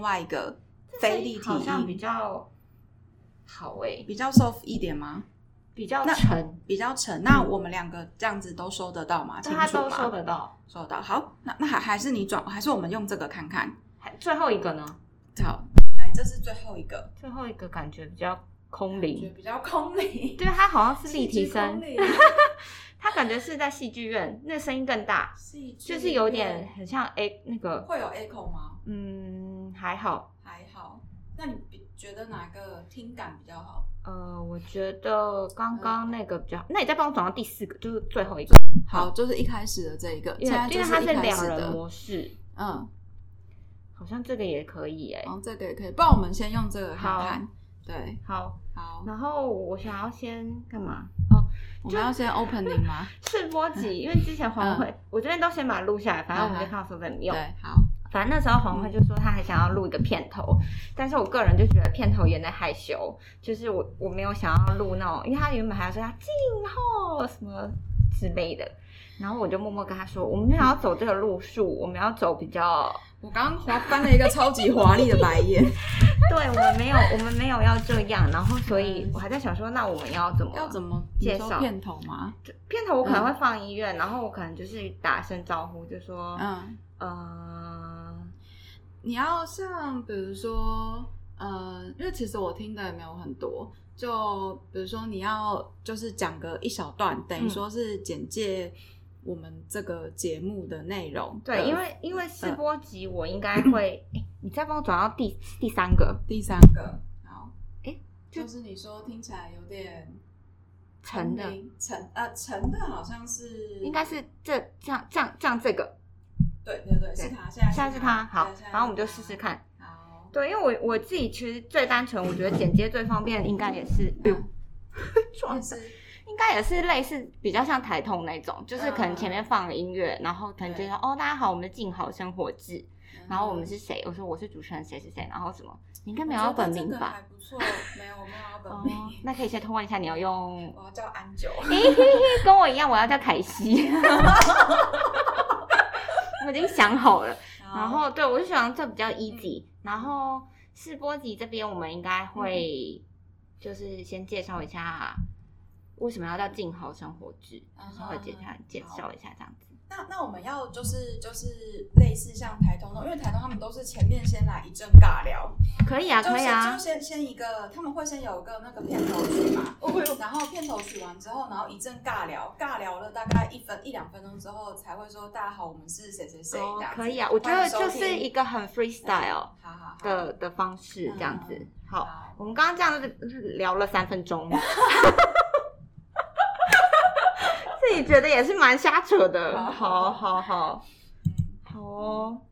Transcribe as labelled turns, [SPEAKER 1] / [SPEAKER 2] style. [SPEAKER 1] 外一个非立体
[SPEAKER 2] 好像
[SPEAKER 1] 音，
[SPEAKER 2] 比较好诶、
[SPEAKER 1] 比较 soft 一点吗？
[SPEAKER 2] 比较
[SPEAKER 1] 那
[SPEAKER 2] 沉，
[SPEAKER 1] 比较沉。那我们两个这样子都收得到吗？清
[SPEAKER 2] 大家
[SPEAKER 1] 楚
[SPEAKER 2] 都
[SPEAKER 1] 吗？
[SPEAKER 2] 收得到。
[SPEAKER 1] 收得到。好，那那还还是你转，还是我们用这个看看。
[SPEAKER 2] 还最后一个呢？
[SPEAKER 1] 好，来，这是最后一个，
[SPEAKER 2] 最后一个感觉比较空
[SPEAKER 1] 感觉
[SPEAKER 2] 灵，
[SPEAKER 1] 比较空灵，
[SPEAKER 2] 对，啊它好像是立体
[SPEAKER 1] 戏剧空
[SPEAKER 2] 声，
[SPEAKER 1] 灵，
[SPEAKER 2] 它感觉是在戏剧院，那声音更大，
[SPEAKER 1] 戏剧
[SPEAKER 2] 就是有点很像 A 那个，
[SPEAKER 1] 会有 echo 吗？
[SPEAKER 2] 嗯，还好。
[SPEAKER 1] 还好。那你比觉得哪个听感比较好？
[SPEAKER 2] 呃，我觉得刚刚那个比较好，那你再帮我转到第四个，就是最后一个，
[SPEAKER 1] 好，就是一开始的这一个，
[SPEAKER 2] 因
[SPEAKER 1] 现
[SPEAKER 2] 为
[SPEAKER 1] 在
[SPEAKER 2] 因
[SPEAKER 1] 就
[SPEAKER 2] 为它
[SPEAKER 1] 一
[SPEAKER 2] 是
[SPEAKER 1] 开
[SPEAKER 2] 两
[SPEAKER 1] 始
[SPEAKER 2] 人
[SPEAKER 1] 的，
[SPEAKER 2] 模式，
[SPEAKER 1] 嗯，
[SPEAKER 2] 好像这个也可以哎、
[SPEAKER 1] 然后这个也可以，不然我们先用这个看看。对，
[SPEAKER 2] 好，
[SPEAKER 1] 好，
[SPEAKER 2] 然后我想要先干嘛？哦，
[SPEAKER 1] 我们要先 opening 吗？
[SPEAKER 2] 试播 集，因为之前黄慧，我这边都先把它录下来，反正我们
[SPEAKER 1] 嗯
[SPEAKER 2] 就
[SPEAKER 1] 嗯哼
[SPEAKER 2] 放手在你用。
[SPEAKER 1] 对，好，
[SPEAKER 2] 反正那时候黄慧就说她还想要录一个片头，
[SPEAKER 1] 嗯
[SPEAKER 2] 但是我个人就觉得片头有点害羞，就是我我没有想要录那种，因为她原本还说她静候什么之类的，然后我就默默跟她说，我们没有要走这个路数，我们要走比 较，
[SPEAKER 1] 我刚刚华翻了一个超级华丽的白眼，
[SPEAKER 2] 对我们没有我们没有要这样，然后所以我还在想说，那我们要怎么
[SPEAKER 1] 嗯要怎么
[SPEAKER 2] 介
[SPEAKER 1] 你说
[SPEAKER 2] 绍
[SPEAKER 1] 片头吗？
[SPEAKER 2] 片头我可能
[SPEAKER 1] 嗯
[SPEAKER 2] 会放医院，然后我可能就是打声招呼，就说，
[SPEAKER 1] 嗯，
[SPEAKER 2] 呃，
[SPEAKER 1] 你要像比如说，呃，因为其实我听的也没有很多，就比如说你要就是讲个一小段，等于
[SPEAKER 2] 嗯
[SPEAKER 1] 说是简介我们这个节目的内容。
[SPEAKER 2] 对，因为因为试播集我应
[SPEAKER 1] 嗯
[SPEAKER 2] 该会，诶你再帮我转到第第三个
[SPEAKER 1] 第三个，好，
[SPEAKER 2] 诶就
[SPEAKER 1] 就是你说听起来有点
[SPEAKER 2] 沉的，
[SPEAKER 1] 沉呃沉的好像是
[SPEAKER 2] 应该是这这样这样这样这个，
[SPEAKER 1] 对对对，是他，现在
[SPEAKER 2] 现在是它，好
[SPEAKER 1] 对现在，
[SPEAKER 2] 然后我们就是试试
[SPEAKER 1] 它。
[SPEAKER 2] 看。
[SPEAKER 1] 好，
[SPEAKER 2] 对，因为我我自己其实最单纯，我觉得剪接最方便，应该也是，
[SPEAKER 1] 嗯
[SPEAKER 2] 撞
[SPEAKER 1] 也哦是
[SPEAKER 2] 应该也是类似比较像台通那种，就是可
[SPEAKER 1] 嗯
[SPEAKER 2] 能前面放了音乐，然后可能就说哦大家好，我们的静好生活志，然后我
[SPEAKER 1] 嗯
[SPEAKER 2] 们是谁？我说我是主持人谁谁谁，然后什么？你应该
[SPEAKER 1] 我
[SPEAKER 2] 没有
[SPEAKER 1] 觉
[SPEAKER 2] 要
[SPEAKER 1] 得
[SPEAKER 2] 本
[SPEAKER 1] 这
[SPEAKER 2] 名
[SPEAKER 1] 个
[SPEAKER 2] 吧
[SPEAKER 1] 还？不错，没有，我没有要本
[SPEAKER 2] 哦
[SPEAKER 1] 名，，
[SPEAKER 2] 那可以先通问一下，你要 用
[SPEAKER 1] 我要叫安九。
[SPEAKER 2] 嘿嘿嘿，跟我一样，我要叫凯西。 我已经想好了，然后对我就想这比较 easy，、然后试播集这边我们应该
[SPEAKER 1] 嗯
[SPEAKER 2] 会就是先介绍一下为什么要叫静好生活志，
[SPEAKER 1] 嗯
[SPEAKER 2] 稍微介绍介绍一下这样子。
[SPEAKER 1] 那那我们要就是就是类似像台通那种，因为台通他们都是前面先来一阵尬聊，
[SPEAKER 2] 可以啊，
[SPEAKER 1] 就是
[SPEAKER 2] 可以啊
[SPEAKER 1] 就，先先一个，他们会先有一个那个片头曲嘛，哦然后片头曲完之后，然后一阵尬聊，尬聊了大概一分一两分钟之后，才会说大家好，我们是谁谁谁
[SPEAKER 2] 哦
[SPEAKER 1] 这样子。
[SPEAKER 2] 可以啊，我觉得就是一
[SPEAKER 1] 个
[SPEAKER 2] 个很 freestyle
[SPEAKER 1] 好好好
[SPEAKER 2] 的的方式这样子
[SPEAKER 1] 嗯。
[SPEAKER 2] 好，
[SPEAKER 1] 好
[SPEAKER 2] 我们刚刚这样子聊了三分 钟，自己觉得也是蛮瞎扯的。
[SPEAKER 1] 好
[SPEAKER 2] 好好好
[SPEAKER 1] 嗯
[SPEAKER 2] 好哦，